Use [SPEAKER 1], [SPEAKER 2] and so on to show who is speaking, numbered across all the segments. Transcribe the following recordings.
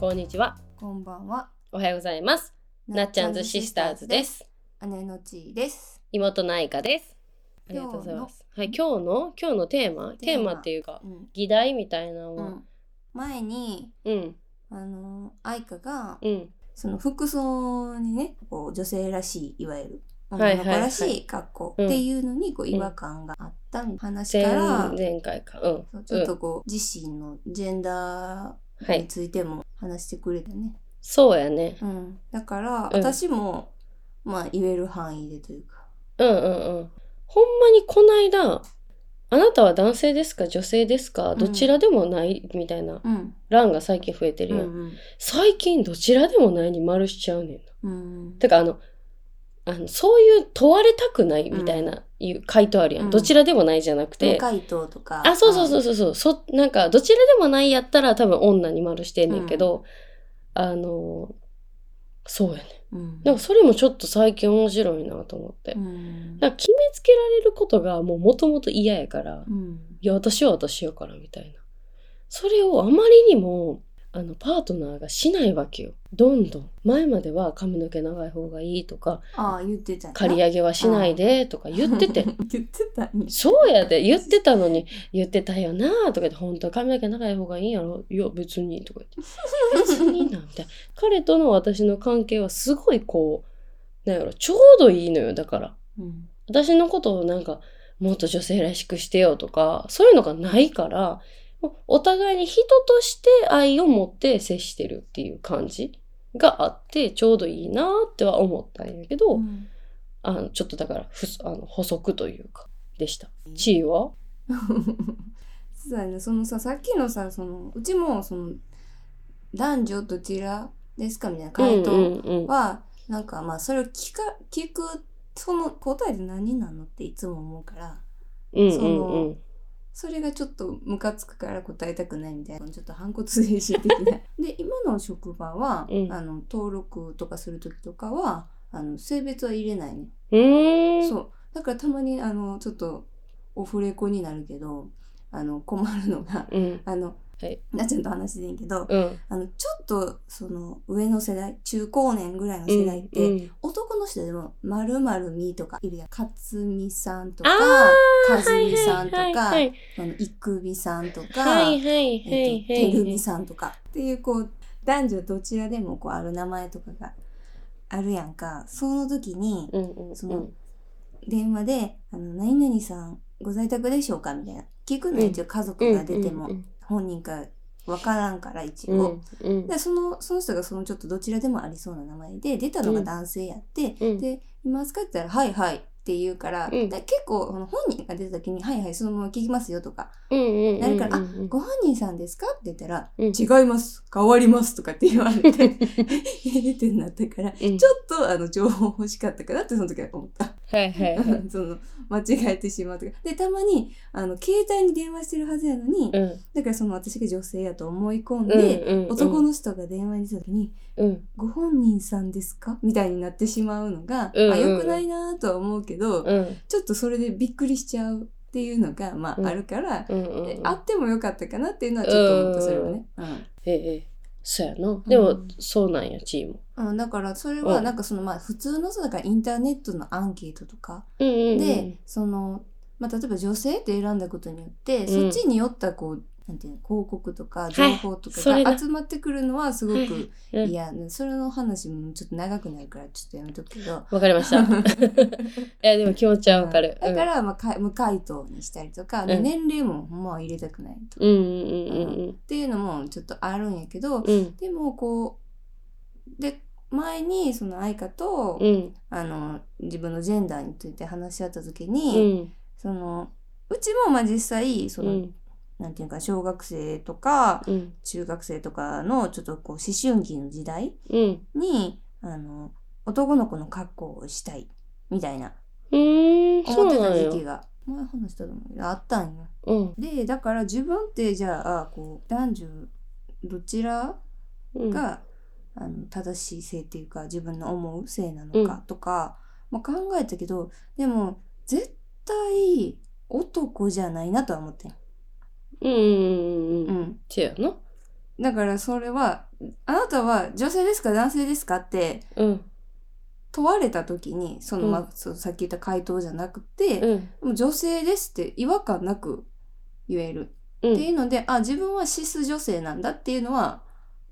[SPEAKER 1] こんにちは。
[SPEAKER 2] こんばんは。。
[SPEAKER 1] おはようございます。なっちゃんズシスターズですす。
[SPEAKER 2] 姉のちーです。
[SPEAKER 1] 妹の愛花です。ありがとうございます。はい、今日の今日のテーマ、テ
[SPEAKER 2] テーマ
[SPEAKER 1] ーマっていうか
[SPEAKER 2] うん。
[SPEAKER 1] 議題みたいなの
[SPEAKER 2] う
[SPEAKER 1] は、
[SPEAKER 2] ん、前に
[SPEAKER 1] うん、
[SPEAKER 2] あの愛花が
[SPEAKER 1] うん、
[SPEAKER 2] その服装にね、こう女性らしいいわゆる
[SPEAKER 1] はいはい
[SPEAKER 2] 女の子
[SPEAKER 1] はい
[SPEAKER 2] らしい格好っていうのにこう違和感があった話
[SPEAKER 1] 前
[SPEAKER 2] から、
[SPEAKER 1] 前回か、うん、
[SPEAKER 2] そうちょっとこう自身のジェンダ
[SPEAKER 1] うん、は
[SPEAKER 2] ーに
[SPEAKER 1] い、
[SPEAKER 2] ついても話してくれたね。
[SPEAKER 1] そうやね。
[SPEAKER 2] うん。だから
[SPEAKER 1] うん
[SPEAKER 2] 私も、まあ言える範囲でというか。
[SPEAKER 1] うんうんうん。ほんまにこないだ、あなたは男性ですか女性ですか
[SPEAKER 2] ん
[SPEAKER 1] どちらでもないみたいな
[SPEAKER 2] うん。
[SPEAKER 1] 欄が最近増えて
[SPEAKER 2] う
[SPEAKER 1] る
[SPEAKER 2] ん
[SPEAKER 1] やん。最近どちらでもないに丸しちゃうねんな。
[SPEAKER 2] うん。うん。
[SPEAKER 1] てかあの、あのそういう問われたくないみたいないう回答あるやん。
[SPEAKER 2] うん
[SPEAKER 1] どちらでもないじゃなくて。
[SPEAKER 2] 無回答とか。
[SPEAKER 1] あ、そうそうそううそうそう。そなんかどちらでもないやったら多分女に丸してんねんけど、あの、そうやね。
[SPEAKER 2] ん。うん。
[SPEAKER 1] なんかそれもちょっと最近面白いなと思って。
[SPEAKER 2] うん
[SPEAKER 1] なんか決めつけられることがもうもともと嫌やから、い
[SPEAKER 2] うん
[SPEAKER 1] や、私は私やからみたいな。それをあまりにも、あの、パートナーがしないわけよ。どんどん。前までは髪の毛長い方がいいとか、
[SPEAKER 2] ああ言ってた
[SPEAKER 1] 刈り上げはしないでとか言ってて。
[SPEAKER 2] 言ってたね
[SPEAKER 1] そうやで言ってたのに言ってたよなとか言って本当は髪の毛長い方がいいんやろいや別にとか言って別になみたいな彼との私の関係はすごいこうなんやろちょうどいいのよだから
[SPEAKER 2] うん
[SPEAKER 1] 私のことをなんかもっと女性らしくしてよとかそういうのがないからもうお互いに人として愛を持って接してるっていう感じがあってちょうどいいなっては思ったんやけど、
[SPEAKER 2] うん
[SPEAKER 1] あのちょっとだからふあの補足というかでした。地位は
[SPEAKER 2] そうやねそのささっきのさそのうちもその男女どちらですかみたいな回
[SPEAKER 1] うん
[SPEAKER 2] 答
[SPEAKER 1] うんうん、
[SPEAKER 2] はなんかまあそれを聞か聞くその答えで何なのっていつも思うから
[SPEAKER 1] うんうん
[SPEAKER 2] そ
[SPEAKER 1] うん
[SPEAKER 2] のそれがちょっとムカつくから答えたくないみたいなちょっと反骨精神的 なで今の職場は、
[SPEAKER 1] うん
[SPEAKER 2] あの登録とかする時とかはあの性別は入れないね
[SPEAKER 1] うーん
[SPEAKER 2] そうだからたまにあのちょっとオフレコになるけどあの困るのが
[SPEAKER 1] うん
[SPEAKER 2] あの、
[SPEAKER 1] はい
[SPEAKER 2] なっちゃんと話してんけど
[SPEAKER 1] うん
[SPEAKER 2] あのちょっとその上の世代中高年ぐらいの世代って、
[SPEAKER 1] うん
[SPEAKER 2] 男の人でも「まるまるみ」とかいるやんかつみさんとか
[SPEAKER 1] あー
[SPEAKER 2] かずみさんとか、
[SPEAKER 1] はい
[SPEAKER 2] あのいくみさんとか、
[SPEAKER 1] はいはいは
[SPEAKER 2] え
[SPEAKER 1] い
[SPEAKER 2] っと
[SPEAKER 1] はい
[SPEAKER 2] てるみさんとかっていうこう男女どちらでもこうある名前とかがあるやんかその時に
[SPEAKER 1] うんうんうん
[SPEAKER 2] その電話で「あの何々さんご在宅でしょうか?」みたいな聞くの
[SPEAKER 1] うん
[SPEAKER 2] よ一応家族が出ても、
[SPEAKER 1] うん
[SPEAKER 2] 本人かわからんから一
[SPEAKER 1] うんう
[SPEAKER 2] 応、
[SPEAKER 1] んうん
[SPEAKER 2] でそのその人がそのちょっとどちらでもありそうな名前で出たのが男性やって「
[SPEAKER 1] うん
[SPEAKER 2] でいますか?」って言ったら「はいはい」って言うから、
[SPEAKER 1] うん
[SPEAKER 2] で結構あの本人が出た時に「はいはいそのまま聞きますよ」とか
[SPEAKER 1] うんうん
[SPEAKER 2] なるからあ
[SPEAKER 1] うんうん
[SPEAKER 2] ご本人さんですか?」って言ったら「
[SPEAKER 1] うん
[SPEAKER 2] 違います変わります」とかって言われて えってなったから
[SPEAKER 1] うん
[SPEAKER 2] ちょっとあの情報欲しかったかなってその時は思った。
[SPEAKER 1] はいはいはい
[SPEAKER 2] その間違えてしまうとかでたまにあの携帯に電話してるはずやのに、
[SPEAKER 1] うん
[SPEAKER 2] だからその私が女性やと思い込ん
[SPEAKER 1] うん
[SPEAKER 2] で、
[SPEAKER 1] うんうん
[SPEAKER 2] 男の人が電話に出た時に
[SPEAKER 1] うん
[SPEAKER 2] 「ご本人さんですか?」みたいになってしまうのが、
[SPEAKER 1] うんうん
[SPEAKER 2] あ良くないなとは思うけど、
[SPEAKER 1] うん
[SPEAKER 2] ちょっとそれでびっくりしちゃうっていうのが、まあ
[SPEAKER 1] うん
[SPEAKER 2] あるから、
[SPEAKER 1] うんうん
[SPEAKER 2] え
[SPEAKER 1] うん
[SPEAKER 2] あってもよかったかなっていうのはちょっと思った、
[SPEAKER 1] うん
[SPEAKER 2] それはね。うん
[SPEAKER 1] ええそうやなで
[SPEAKER 2] う
[SPEAKER 1] も
[SPEAKER 2] ん
[SPEAKER 1] そうなんやチーム
[SPEAKER 2] うん、だからそれ
[SPEAKER 1] う
[SPEAKER 2] は
[SPEAKER 1] ん
[SPEAKER 2] なんかそのまあ普通のそうだからインターネットのアンケートとか
[SPEAKER 1] うんうんうん
[SPEAKER 2] でその、まあ、例えば女性って選んだことによっ
[SPEAKER 1] う
[SPEAKER 2] て、
[SPEAKER 1] ん
[SPEAKER 2] そっちによったこうなんていうの広告とか
[SPEAKER 1] い
[SPEAKER 2] 情報と
[SPEAKER 1] それ
[SPEAKER 2] か
[SPEAKER 1] だ
[SPEAKER 2] が集まってくるのはすご
[SPEAKER 1] はいは
[SPEAKER 2] く
[SPEAKER 1] うん
[SPEAKER 2] 嫌、ねそれの話もちょっと長くなるからちょっとやめとくけど。
[SPEAKER 1] わかりましたいやでも気持ちはわかる
[SPEAKER 2] だから、まあか、無回答にしたりとか、
[SPEAKER 1] うん
[SPEAKER 2] 年齢もほんまは入れたくないと、っ
[SPEAKER 1] うんうんうんうん
[SPEAKER 2] ていうのもちょっとあるんやけど、
[SPEAKER 1] うん
[SPEAKER 2] でもこうで前にその愛花と、
[SPEAKER 1] うん
[SPEAKER 2] あの自分のジェンダーについて話し合った時
[SPEAKER 1] う
[SPEAKER 2] に、
[SPEAKER 1] ん
[SPEAKER 2] そのうちもまあ実際そうの、
[SPEAKER 1] ん
[SPEAKER 2] なんていうか小学生とか
[SPEAKER 1] うん
[SPEAKER 2] 中学生とかのちょっとこう思春期の時代
[SPEAKER 1] うん
[SPEAKER 2] にあの男の子の格好をしたいみたいな
[SPEAKER 1] うーんそ
[SPEAKER 2] 思って
[SPEAKER 1] うな
[SPEAKER 2] た
[SPEAKER 1] んや
[SPEAKER 2] 時期が前話したのもあったんよ。
[SPEAKER 1] うん
[SPEAKER 2] でだから自分ってじゃあこう男女どちら
[SPEAKER 1] うん
[SPEAKER 2] が、あの正しい性っていうか自分の思う性なのかとか、まあ、考えたけどでも絶対男じゃないなとは思ってん。
[SPEAKER 1] うんうんうんうん
[SPEAKER 2] うん
[SPEAKER 1] せやな
[SPEAKER 2] だからそれは、あなたは女性ですか男性ですかって
[SPEAKER 1] うん。
[SPEAKER 2] 問われた時に、その、
[SPEAKER 1] うん
[SPEAKER 2] まあ、そのさっき言った回答じゃなくて、
[SPEAKER 1] うん。
[SPEAKER 2] もう女性ですって違和感なく言える。
[SPEAKER 1] うん
[SPEAKER 2] っていうので、あ、自分はシス女性なんだっていうのは、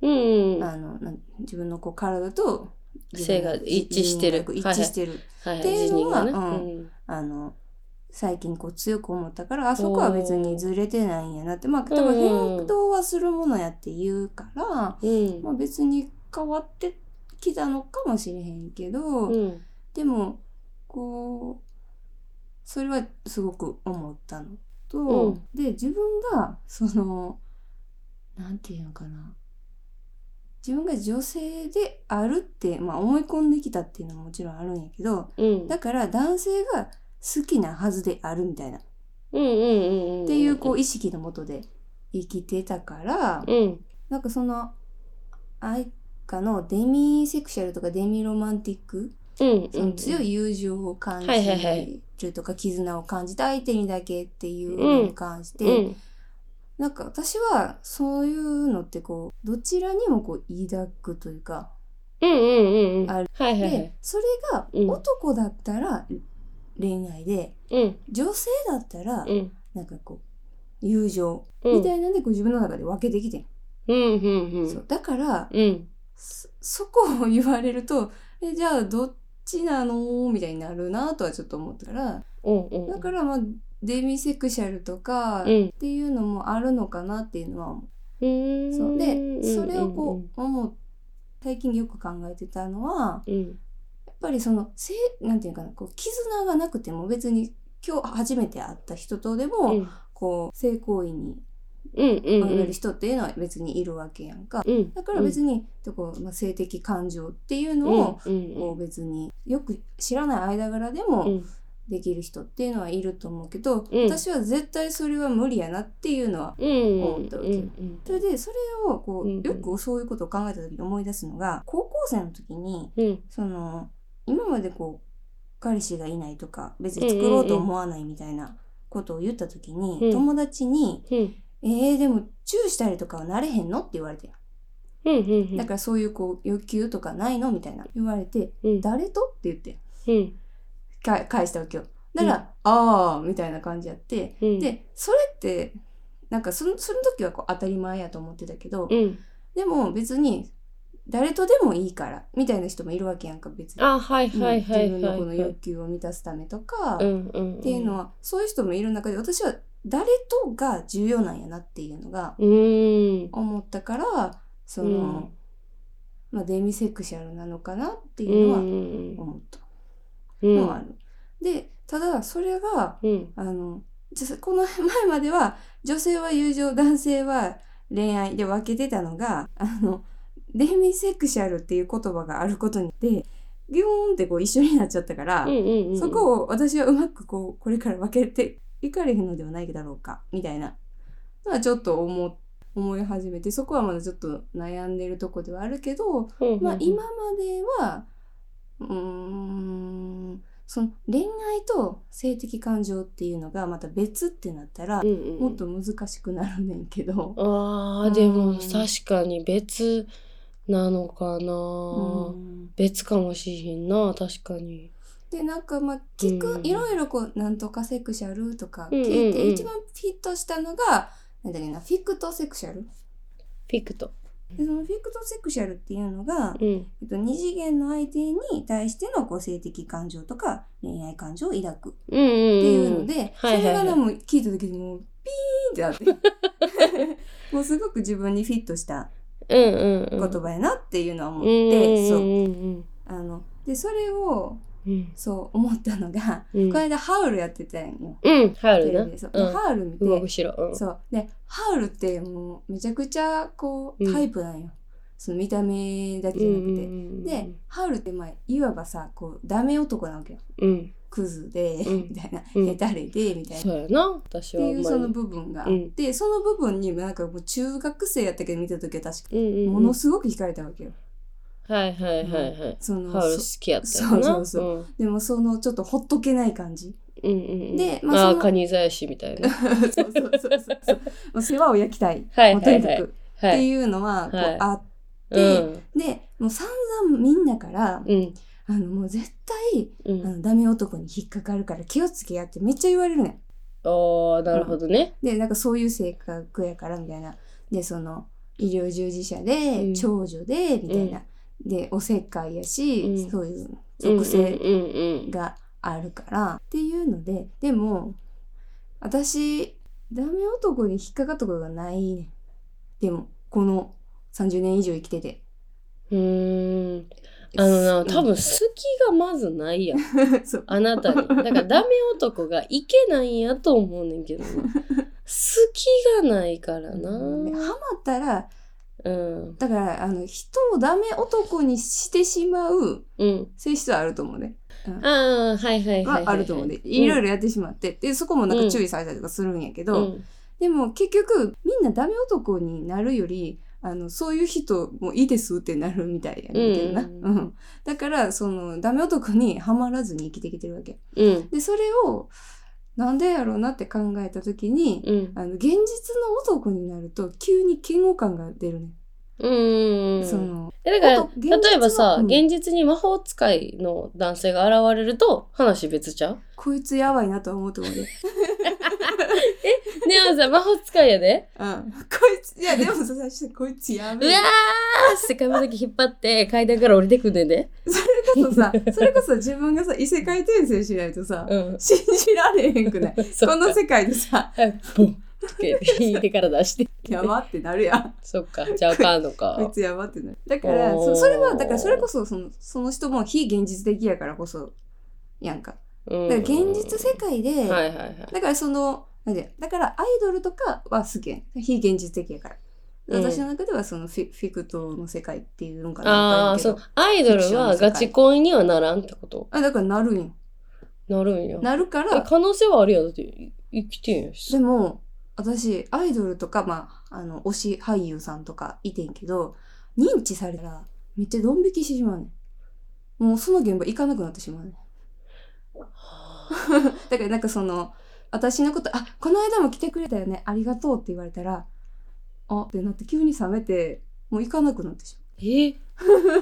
[SPEAKER 1] うん。うん。は
[SPEAKER 2] あの、なん自分のこう体と自
[SPEAKER 1] 性
[SPEAKER 2] 分
[SPEAKER 1] が
[SPEAKER 2] の
[SPEAKER 1] 一致してる
[SPEAKER 2] 人間が一致してる。
[SPEAKER 1] い。
[SPEAKER 2] っていうの
[SPEAKER 1] 辞任が
[SPEAKER 2] は
[SPEAKER 1] ね
[SPEAKER 2] うん
[SPEAKER 1] うん
[SPEAKER 2] あの、最近こう強く思ったから、あそこは別にずれてないんやなって、まあ、多分
[SPEAKER 1] うん
[SPEAKER 2] 変動はするものやって言うから、
[SPEAKER 1] うん
[SPEAKER 2] まあ、別に変わってきたのかもしれへんけど、
[SPEAKER 1] うん。
[SPEAKER 2] でもこうそれはすごく思ったのと、
[SPEAKER 1] うん
[SPEAKER 2] で自分がそのなんていうのかな自分が女性であるって、まあ、思い込んできたっていうのももちろんあるんやけど
[SPEAKER 1] うん。
[SPEAKER 2] だから男性が好きなはずであるみたいなっ
[SPEAKER 1] うんうんうんうん。
[SPEAKER 2] ていうこう意識のもとで生きてたから、
[SPEAKER 1] うん。
[SPEAKER 2] なんかその愛花のデミセクシャルとかデミロマンティック、
[SPEAKER 1] うん。
[SPEAKER 2] その強
[SPEAKER 1] い。
[SPEAKER 2] い友情を感じ
[SPEAKER 1] はいはいはい
[SPEAKER 2] るとか絆を感じて相手にだけっていうのに関して、
[SPEAKER 1] うん。
[SPEAKER 2] なんか私はそういうのってこうどちらにもこう抱くというか、
[SPEAKER 1] うんうんうんうん。
[SPEAKER 2] あ
[SPEAKER 1] はいはいはい
[SPEAKER 2] で。それが
[SPEAKER 1] うん
[SPEAKER 2] 男だったら恋愛で、
[SPEAKER 1] うん。
[SPEAKER 2] 女性だったら
[SPEAKER 1] うん。
[SPEAKER 2] なんかこう友情
[SPEAKER 1] うん
[SPEAKER 2] みたいなんでこう自分の中で分けてきてん、
[SPEAKER 1] うんうんうん。
[SPEAKER 2] そうだから
[SPEAKER 1] うん。
[SPEAKER 2] そそこを言われるとえじゃあどっちなのみたいになるなとはちょっと思ったから
[SPEAKER 1] うんうん。
[SPEAKER 2] だからまあデミセクシャルとかっ
[SPEAKER 1] うん。
[SPEAKER 2] ていうのもあるのかなっていうのは思
[SPEAKER 1] う
[SPEAKER 2] う、
[SPEAKER 1] ん。
[SPEAKER 2] そうでそれを
[SPEAKER 1] う
[SPEAKER 2] こ
[SPEAKER 1] ん
[SPEAKER 2] う思う最近よく考えてたのは
[SPEAKER 1] うん。
[SPEAKER 2] やっぱりそのせなんていうかなこう絆がなくても別に今日初めて会った人とでも、
[SPEAKER 1] うん
[SPEAKER 2] こう性行為に
[SPEAKER 1] うんうんう
[SPEAKER 2] 及べる
[SPEAKER 1] ん。
[SPEAKER 2] 人っていうのは別にいるわけやんか。
[SPEAKER 1] うん。
[SPEAKER 2] だから別に、こうまあ、性的感情っていうのを、
[SPEAKER 1] うんうん
[SPEAKER 2] こう別によく知らない間柄でも
[SPEAKER 1] うん
[SPEAKER 2] できる人っていうのはいると思うけど、
[SPEAKER 1] うん
[SPEAKER 2] 私は絶対それは無理やなっていうのは
[SPEAKER 1] うん
[SPEAKER 2] 思ったわけ
[SPEAKER 1] うん
[SPEAKER 2] それでそれをこ
[SPEAKER 1] うんうん
[SPEAKER 2] うよくそういうことを考えた時に思い出すのが高校生の時に
[SPEAKER 1] うん
[SPEAKER 2] その今までこう彼氏がいないとか別に作ろうと思わないみたいなことを言った時に、
[SPEAKER 1] うん
[SPEAKER 2] 友達に
[SPEAKER 1] うん
[SPEAKER 2] 「えー、でもチューしたりとかはなれへんの?」って言われて
[SPEAKER 1] うんうんうん
[SPEAKER 2] だからそういうこう欲求とかないのみたいな言われて
[SPEAKER 1] う
[SPEAKER 2] 「
[SPEAKER 1] ん
[SPEAKER 2] 誰と?」って言って
[SPEAKER 1] うん
[SPEAKER 2] か返したわけよ。だから、
[SPEAKER 1] うん
[SPEAKER 2] ああ、みたいな感じやって。
[SPEAKER 1] うん
[SPEAKER 2] で、それって、なんかその、その時はこう当たり前やと思ってたけど、
[SPEAKER 1] うん
[SPEAKER 2] でも別に、誰とでもいいから、みたいな人もいるわけやんか、別に。
[SPEAKER 1] あはい
[SPEAKER 2] うん
[SPEAKER 1] はいはい
[SPEAKER 2] 自分
[SPEAKER 1] は
[SPEAKER 2] の
[SPEAKER 1] い
[SPEAKER 2] こ
[SPEAKER 1] は
[SPEAKER 2] の
[SPEAKER 1] い
[SPEAKER 2] 欲求を満たすためとか、
[SPEAKER 1] う
[SPEAKER 2] っ
[SPEAKER 1] んうん
[SPEAKER 2] ていうのは、そういう人もいる中で、私は誰とが重要なんやなっていうのが
[SPEAKER 1] うん
[SPEAKER 2] 思ったから、その、
[SPEAKER 1] うん
[SPEAKER 2] まあ、デミセクシャルなのかなって
[SPEAKER 1] う
[SPEAKER 2] い
[SPEAKER 1] ん
[SPEAKER 2] う
[SPEAKER 1] う
[SPEAKER 2] のは
[SPEAKER 1] ん
[SPEAKER 2] 思った
[SPEAKER 1] うん
[SPEAKER 2] のはある。で、ただ、それが、
[SPEAKER 1] うん
[SPEAKER 2] あの、じゃこの前までは女性は友情、男性は恋愛で分けてたのが、あの、デミセクシャルっていう言葉があることによって、ギューンってこう一緒になっちゃったから、
[SPEAKER 1] うんうんうん
[SPEAKER 2] そこを私はうまくこう、これから分けていかれへんのではないだろうか、みたいなのはちょっと思、思い始めて、そこはまだちょっと悩んでるとこではあるけど、
[SPEAKER 1] うんうん
[SPEAKER 2] まあ、今まではうーんその恋愛と性的感情っていうのがまた別ってなったら
[SPEAKER 1] うんうん
[SPEAKER 2] もっと難しくなるねんけど、
[SPEAKER 1] あ
[SPEAKER 2] う
[SPEAKER 1] ー
[SPEAKER 2] ん
[SPEAKER 1] でも確かに別なのか
[SPEAKER 2] う
[SPEAKER 1] なん別かもしれんな確かに
[SPEAKER 2] でなんかまあ聞く、
[SPEAKER 1] うん
[SPEAKER 2] いろいろこう「なんとかセクシャル」とか聞い
[SPEAKER 1] うんうんう
[SPEAKER 2] て
[SPEAKER 1] ん
[SPEAKER 2] 一番フィットしたのがなんだっけなフィクトセクシャル
[SPEAKER 1] フィクト
[SPEAKER 2] でそのフィクトセクシャルっていうのが、
[SPEAKER 1] うん
[SPEAKER 2] えっと、二次元の相手に対してのこう性的感情とか恋愛感情を抱く
[SPEAKER 1] うんうんっ
[SPEAKER 2] っ
[SPEAKER 1] て
[SPEAKER 2] いうので、
[SPEAKER 1] はいはいはい
[SPEAKER 2] それがねもう聞いた時にもうピーンってな ってもうすごく自分にフィットした
[SPEAKER 1] うんうんうん
[SPEAKER 2] 言葉やなっていうのは思っ
[SPEAKER 1] うんうん
[SPEAKER 2] て、
[SPEAKER 1] う
[SPEAKER 2] そうんあのでそれを
[SPEAKER 1] うん
[SPEAKER 2] そう思ったのが、
[SPEAKER 1] うんうん
[SPEAKER 2] この間ハウルやってたんよ。
[SPEAKER 1] うんハウ
[SPEAKER 2] テ
[SPEAKER 1] ル
[SPEAKER 2] レ
[SPEAKER 1] な
[SPEAKER 2] ビでそう
[SPEAKER 1] う
[SPEAKER 2] で
[SPEAKER 1] ん
[SPEAKER 2] ハウル見て、
[SPEAKER 1] 動くしろうん
[SPEAKER 2] そうでハウルってもうめちゃくちゃこ
[SPEAKER 1] う
[SPEAKER 2] うんタイプなんよ、その見た目だけじゃなくて。でハウルってまあいわばさこうダメ男なわけよ
[SPEAKER 1] うん
[SPEAKER 2] クズで、
[SPEAKER 1] うん
[SPEAKER 2] みたいな、
[SPEAKER 1] うん
[SPEAKER 2] ヘタレでみたいな
[SPEAKER 1] そうやな私
[SPEAKER 2] っ
[SPEAKER 1] は
[SPEAKER 2] て
[SPEAKER 1] あん
[SPEAKER 2] い
[SPEAKER 1] ま
[SPEAKER 2] う
[SPEAKER 1] り
[SPEAKER 2] その部分があって、その部分になんかもう中学生やったけど見た時は確か
[SPEAKER 1] うんうんう
[SPEAKER 2] に
[SPEAKER 1] ん
[SPEAKER 2] ものすごく惹かれたわけよ。
[SPEAKER 1] はいはいはいはい
[SPEAKER 2] その
[SPEAKER 1] ハウル
[SPEAKER 2] そ
[SPEAKER 1] 好きやったよな
[SPEAKER 2] そうそうそでもそのちょっとほっとけない 感じ。
[SPEAKER 1] うんうんうんうん
[SPEAKER 2] でまあ
[SPEAKER 1] ああ
[SPEAKER 2] その
[SPEAKER 1] カニザヤシみたいな
[SPEAKER 2] そうそうそうそうそう。もう世話を焼きたい。
[SPEAKER 1] はい
[SPEAKER 2] も
[SPEAKER 1] は
[SPEAKER 2] うと
[SPEAKER 1] い
[SPEAKER 2] にか
[SPEAKER 1] はい
[SPEAKER 2] く。
[SPEAKER 1] は
[SPEAKER 2] って
[SPEAKER 1] い。
[SPEAKER 2] いうのはこう
[SPEAKER 1] はい
[SPEAKER 2] あっ
[SPEAKER 1] う
[SPEAKER 2] て
[SPEAKER 1] ん。
[SPEAKER 2] でもう散々みんなから
[SPEAKER 1] うん。
[SPEAKER 2] あのもう絶対
[SPEAKER 1] う
[SPEAKER 2] あ
[SPEAKER 1] ん。
[SPEAKER 2] のダメ男に引っかかるから気をつけやってめっちゃ言われるねん。
[SPEAKER 1] ああ、なるほどね。
[SPEAKER 2] でなんかそういう性格やからみたいなでその医療従事者で、
[SPEAKER 1] うん
[SPEAKER 2] 長女でみたいな、でおせっかいやし、
[SPEAKER 1] うん
[SPEAKER 2] そういう属
[SPEAKER 1] うん
[SPEAKER 2] 性
[SPEAKER 1] うんうん
[SPEAKER 2] があるから、っていうのででも私ダメ男に引っかかったことがないねんでもこの30年以上生きてて
[SPEAKER 1] うん。うーん。あのな、多分、隙がまずない やん。
[SPEAKER 2] 分そう
[SPEAKER 1] あなたに。だから、ダメ男がいけないんやと思うねんけどな。隙がないからな。
[SPEAKER 2] でハマったら
[SPEAKER 1] うん。
[SPEAKER 2] だからあの人をダメ男にしてしまう
[SPEAKER 1] うん。
[SPEAKER 2] 性質はあると思うね
[SPEAKER 1] ああ、はいはいはいはい、はい。
[SPEAKER 2] はあると思うんで、いろい
[SPEAKER 1] ろ
[SPEAKER 2] ろやってしまって、で、そこもなんか注意されたりとかするんやけど、
[SPEAKER 1] うん
[SPEAKER 2] でも結局、みんなダメ男になるより、あの、そういう人もいいですってなるみたいやねんけどな。
[SPEAKER 1] う
[SPEAKER 2] うんん、だから、その、ダメ男にはまらずに生きてきてるわけ。
[SPEAKER 1] うん。
[SPEAKER 2] で、それを、なんでやろうなって考えた時に、
[SPEAKER 1] うん。
[SPEAKER 2] あの、現実の男になると、急に嫌悪感が出るね。
[SPEAKER 1] うん。
[SPEAKER 2] その、
[SPEAKER 1] えだから
[SPEAKER 2] 音、現実の
[SPEAKER 1] 例えばさ、
[SPEAKER 2] うん
[SPEAKER 1] 現実に魔法使いの男性が現れると、話別ちゃう
[SPEAKER 2] こいつやばいなとは思うと思うで。
[SPEAKER 1] ねえ、あんさん、魔法使いや で。
[SPEAKER 2] うん。こいつ、いや、でもさ、最初こいつや
[SPEAKER 1] う
[SPEAKER 2] べ
[SPEAKER 1] わ
[SPEAKER 2] え。
[SPEAKER 1] ーって髪の毛引っ張って、階段から降りてくんねんで。
[SPEAKER 2] それこそさ、それこそ自分がさ、異世界転生しないとさ、
[SPEAKER 1] うん。
[SPEAKER 2] 信じられへんくない
[SPEAKER 1] そ
[SPEAKER 2] こ
[SPEAKER 1] っ
[SPEAKER 2] の
[SPEAKER 1] か。
[SPEAKER 2] 世界 でさ、
[SPEAKER 1] はい、ボンって引いてから出して。
[SPEAKER 2] やばってなるやん。
[SPEAKER 1] そっか、じ ゃああかんの
[SPEAKER 2] こ い
[SPEAKER 1] か。
[SPEAKER 2] つやばってなる。だから、
[SPEAKER 1] おー
[SPEAKER 2] そそれは、だからそれこそその、その人も非現実的やからこそ、やんか。
[SPEAKER 1] うん
[SPEAKER 2] だから現実世界で、
[SPEAKER 1] はいはいはい。
[SPEAKER 2] だからその、なんで、だからアイドルとかは好きやん。非現実的やから。
[SPEAKER 1] うん
[SPEAKER 2] 私の中ではそのフィフィクトの世界っていうのかな
[SPEAKER 1] ああ、
[SPEAKER 2] わか
[SPEAKER 1] そ
[SPEAKER 2] ん
[SPEAKER 1] う
[SPEAKER 2] ないけど。
[SPEAKER 1] アイドルはガチ恋にはならんってこと
[SPEAKER 2] あだからなるんよ。
[SPEAKER 1] なるんや。
[SPEAKER 2] なるか
[SPEAKER 1] え
[SPEAKER 2] ら、
[SPEAKER 1] 可能性はあるやんだってい生きてんやし
[SPEAKER 2] で。も私アイドルとか、まあ、あの推し俳優さんとかいてんけど認知されたらめっちゃドン引きしてしまうねんもうその現場行かなくなってしまうねん
[SPEAKER 1] は
[SPEAKER 2] だからなんかその私のこと「あこの間も来てくれたよねありがとう」って言われたら「あってなって急に冷めてもう行かなくなってし
[SPEAKER 1] あ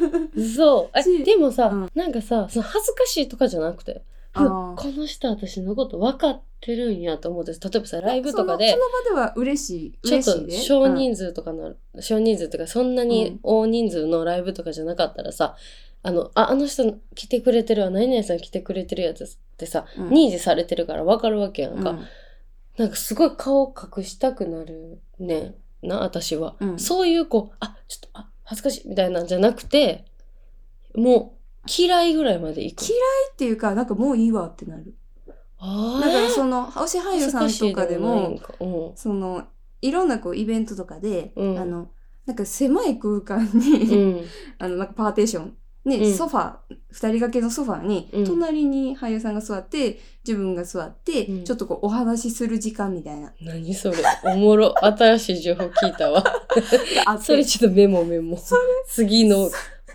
[SPEAKER 1] えそう。え、
[SPEAKER 2] し
[SPEAKER 1] でもさ、
[SPEAKER 2] うん
[SPEAKER 1] なんかさ、その恥ずかしいとかじゃなくて、
[SPEAKER 2] ま う。あ
[SPEAKER 1] この人私のこと分かってるんやと思って、例えばさ、ライブとか
[SPEAKER 2] そ
[SPEAKER 1] で
[SPEAKER 2] の、その場では嬉しい
[SPEAKER 1] ちょっ
[SPEAKER 2] 嬉しい
[SPEAKER 1] と
[SPEAKER 2] で
[SPEAKER 1] 少人数とかの、少人数とか、そんなに大人数のライブとかじゃなかったらさ、あの、ああの人来てくれてるわ、何々さん来てくれてるやつってさ、
[SPEAKER 2] うん
[SPEAKER 1] 認知されてるから分かるわけやんか。
[SPEAKER 2] うん
[SPEAKER 1] なんかすごい顔隠したくなるねんな、私は。
[SPEAKER 2] うん
[SPEAKER 1] そういうこう、あ、ちょっと、あ、恥ずかしいみたいなんじゃなくて、もう嫌いぐらいまでいく。
[SPEAKER 2] 嫌っていうかなんかもういいわってなる
[SPEAKER 1] あ
[SPEAKER 2] だ
[SPEAKER 1] あ。
[SPEAKER 2] からその推し俳優さんとかでも
[SPEAKER 1] 恥ずかしいでも
[SPEAKER 2] そのいろんなこうイベントとかで、
[SPEAKER 1] うん
[SPEAKER 2] あのなんか狭い空間
[SPEAKER 1] ないんかう
[SPEAKER 2] に、
[SPEAKER 1] ん。うん。
[SPEAKER 2] あのなんかパーテーションね、
[SPEAKER 1] うん
[SPEAKER 2] ソファー二人掛けのソファーに、
[SPEAKER 1] うん
[SPEAKER 2] 隣に俳優さんが座って自分が座って、
[SPEAKER 1] うん
[SPEAKER 2] ちょっとこうお話しする時間みたいな
[SPEAKER 1] 何それ。おもろ。新しい情報聞いたわ。
[SPEAKER 2] あっ て
[SPEAKER 1] それちょっとメモメモ。次の、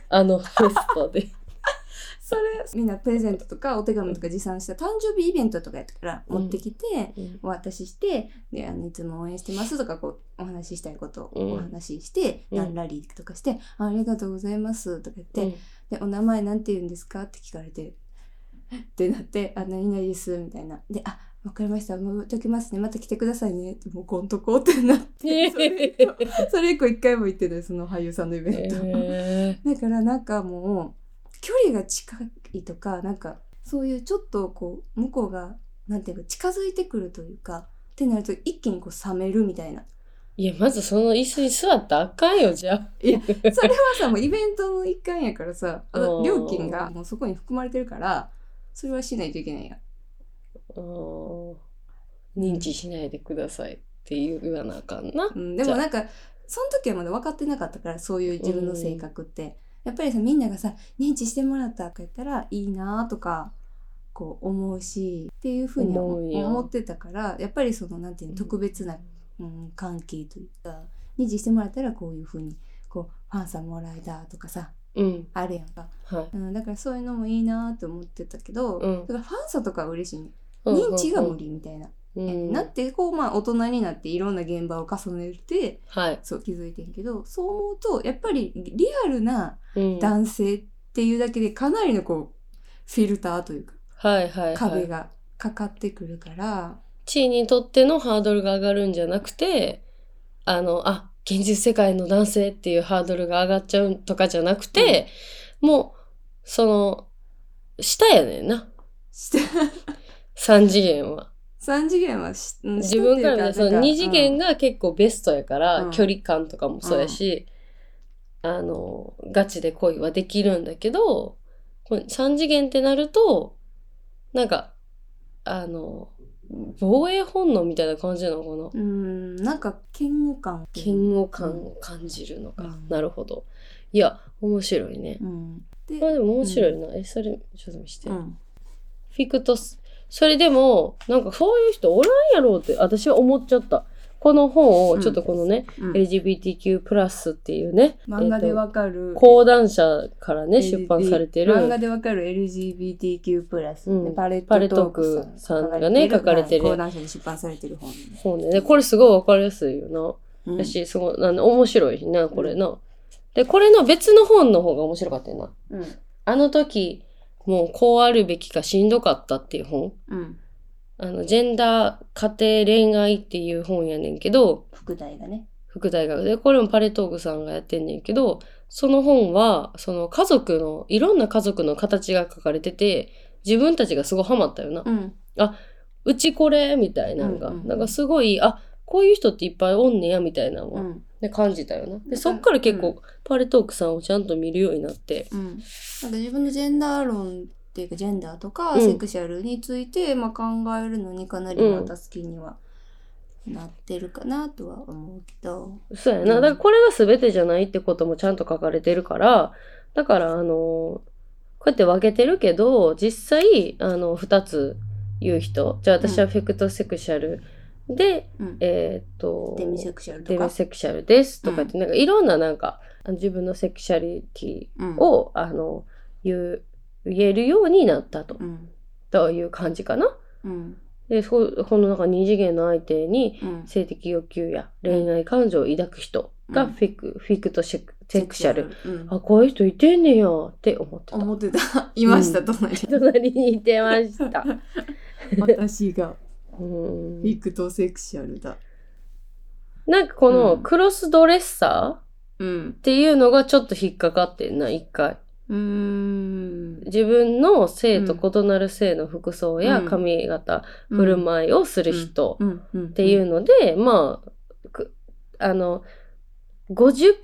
[SPEAKER 1] あ の、フェスタで。
[SPEAKER 2] それみんなプレゼントとかお手紙とか持参した誕生日イベントとかやったから
[SPEAKER 1] うん
[SPEAKER 2] 持ってきて、
[SPEAKER 1] うん
[SPEAKER 2] お渡ししてであのいつも応援してますとかこうお話ししたいこと
[SPEAKER 1] うん
[SPEAKER 2] をお話しして、
[SPEAKER 1] うん
[SPEAKER 2] 何ラリーとかして「ありがとうございます」とか言って、で、お名前なんて言うんですかって聞かれて、ってなって、あ、何々です、みたいな。で、あ、わかりました、もうときますね、また来てくださいね、もうこんとこってなって、それ以降それ以降一回も行ってない、その俳優さんのイベント。
[SPEAKER 1] え
[SPEAKER 2] だからなんかもう、距離が近いとか、なんか、そういうちょっとこう、向こうが、なんていうか、近づいてくるというか、ってなると一気にこう冷めるみたいな。
[SPEAKER 1] いや、まずその椅子に座ったらあかんよ、じゃあ。
[SPEAKER 2] い やそれはさもうイベントの一環やからさあ
[SPEAKER 1] うん
[SPEAKER 2] 料金がもうそこに含まれてるからそれはしないといけないやん
[SPEAKER 1] うん認知しないでくださいって言わなあかんな。
[SPEAKER 2] うん、で
[SPEAKER 1] じゃ
[SPEAKER 2] も
[SPEAKER 1] あ
[SPEAKER 2] なんかその時はまだ分かってなかったからそういう自分の性格って、やっぱりさみんながさ認知してもらったとか言ったらいいなとかこう思うしっていうふうには
[SPEAKER 1] 思うよ
[SPEAKER 2] 思ってたからやっぱりそのなんていうの特別な、うん、関係というか認知してもらったらこういうふうにこうファンさんもらえたとかさ
[SPEAKER 1] うん。
[SPEAKER 2] あるやんか
[SPEAKER 1] はい。
[SPEAKER 2] うん、だからそういうのもいいなと思ってたけど、
[SPEAKER 1] うん
[SPEAKER 2] だからファンサとかは嬉しい
[SPEAKER 1] う
[SPEAKER 2] ね、
[SPEAKER 1] ん
[SPEAKER 2] 認知が無理みたいな、
[SPEAKER 1] うん、
[SPEAKER 2] なってこう、まあ、大人になっていろんな現場を重ねて
[SPEAKER 1] はい、
[SPEAKER 2] そう気づいてんけどそう思うとやっぱりリアルな
[SPEAKER 1] うん、はい
[SPEAKER 2] 男性っていうだけでかなりのこうフィルターというか
[SPEAKER 1] はいはい
[SPEAKER 2] 壁がかかってくるから、
[SPEAKER 1] 地位にとってのハードルが上がるんじゃなくてあのあ現実世界の男性っていうハードルが上がっちゃうとかじゃなくて、もうその下やねんな
[SPEAKER 2] して
[SPEAKER 1] 3次元は。
[SPEAKER 2] 3次元はしうん
[SPEAKER 1] 自分からね
[SPEAKER 2] 下
[SPEAKER 1] そ
[SPEAKER 2] ってい
[SPEAKER 1] の
[SPEAKER 2] うなん
[SPEAKER 1] 2次元
[SPEAKER 2] うん
[SPEAKER 1] が結構ベストやから、
[SPEAKER 2] うん
[SPEAKER 1] 距離感とかもそうやし、あのガチで恋はできるんだけどこれ3次元ってなるとなんかあの防衛本能みたいな感じなのかな
[SPEAKER 2] うんなんか嫌悪感
[SPEAKER 1] 嫌悪感を感じるのか、
[SPEAKER 2] うん
[SPEAKER 1] なるほどいや面白いね
[SPEAKER 2] うんで
[SPEAKER 1] まあでも面白いな、えそれちょっと見して、
[SPEAKER 2] う
[SPEAKER 1] フ
[SPEAKER 2] ん
[SPEAKER 1] ィクトスそれでもなんかそういう人おらんやろうって私は思っちゃったこの本をちょっとこのね、
[SPEAKER 2] うん、
[SPEAKER 1] LGBTQ+ プラスっていうね
[SPEAKER 2] 漫画で
[SPEAKER 1] えっ
[SPEAKER 2] わかる
[SPEAKER 1] と、講談社からね
[SPEAKER 2] LG
[SPEAKER 1] 出版されてる
[SPEAKER 2] 漫画でわかる LGBTQ+, プラス、
[SPEAKER 1] うん
[SPEAKER 2] パレッ
[SPEAKER 1] パレッ
[SPEAKER 2] ト
[SPEAKER 1] ト
[SPEAKER 2] ト
[SPEAKER 1] ー
[SPEAKER 2] ー
[SPEAKER 1] ク
[SPEAKER 2] ク
[SPEAKER 1] さ
[SPEAKER 2] さ
[SPEAKER 1] ん
[SPEAKER 2] ん
[SPEAKER 1] がね書かれてる
[SPEAKER 2] 講談社で出版されてる本、
[SPEAKER 1] 本でねこれすごいわかりやすいよな。
[SPEAKER 2] うん
[SPEAKER 1] やし、すごい、なんで面白いな、これな。で、これの別の本の方が面白かったよな。
[SPEAKER 2] うん
[SPEAKER 1] あの時、もうこうあるべきかしんどかったっていう本。
[SPEAKER 2] うん、
[SPEAKER 1] あの、ジェンダー、家庭、恋愛っていう本やねんけど、
[SPEAKER 2] 副題がね、
[SPEAKER 1] 副大学で、これもパレトークさんがやってんねんけど、その本は、その家族の、いろんな家族の形が書かれてて、自分たちがすごいハマったよな。
[SPEAKER 2] うん、
[SPEAKER 1] うちこれみたいなのが、
[SPEAKER 2] うんうんうん
[SPEAKER 1] なんかすごい、あ、こういう人っていっぱいおんねや、みたいなのは
[SPEAKER 2] うん、
[SPEAKER 1] で感じたよな。
[SPEAKER 2] う
[SPEAKER 1] で
[SPEAKER 2] ん
[SPEAKER 1] そっから結構、パレトークさんをちゃんと見るようになって。
[SPEAKER 2] うん、なんか自分のジェンダー論っていうかジェンダーとか
[SPEAKER 1] うん
[SPEAKER 2] セクシャルについて、まあ、考えるのにかなりまた好きにはなってるかなとは思うけど、
[SPEAKER 1] そうやな。
[SPEAKER 2] うん
[SPEAKER 1] だからこれが全てじゃないってこともちゃんと書かれてるから、だからあのーこうやって分けてるけど、実際、あの、二つ言う人。じゃあ私はフェクトセクシャルで、
[SPEAKER 2] うん、
[SPEAKER 1] えーっと、
[SPEAKER 2] デミセクシャルと
[SPEAKER 1] デ
[SPEAKER 2] か
[SPEAKER 1] ミセクシャルですとか言って、なんかいろんななんか、あの自分のセクシャリティ
[SPEAKER 2] うん
[SPEAKER 1] を、あの、言う、言えるようになったと
[SPEAKER 2] う、ん
[SPEAKER 1] という感じかな。
[SPEAKER 2] うん
[SPEAKER 1] でそこのなんか二次元の相手に
[SPEAKER 2] うん、
[SPEAKER 1] 性的欲求や恋愛感情を抱く人がフィク,、フィクとセクセクシャル、
[SPEAKER 2] うん、
[SPEAKER 1] あこういう人いてんねやって思ってた
[SPEAKER 2] 思ってた いました、
[SPEAKER 1] うん
[SPEAKER 2] 隣に
[SPEAKER 1] 隣にいてました、
[SPEAKER 2] 私が
[SPEAKER 1] うん
[SPEAKER 2] フィクトセクシャルだ
[SPEAKER 1] なんかこのクロスドレッサー
[SPEAKER 2] うん
[SPEAKER 1] っていうのがちょっと引っかかってんな一回
[SPEAKER 2] うーん
[SPEAKER 1] 自分の性と異なる性の服装や
[SPEAKER 2] うん
[SPEAKER 1] 髪型、
[SPEAKER 2] うん
[SPEAKER 1] 振る舞いをする人、
[SPEAKER 2] うんうん、っ
[SPEAKER 1] っていうので、まあ、くあの、50%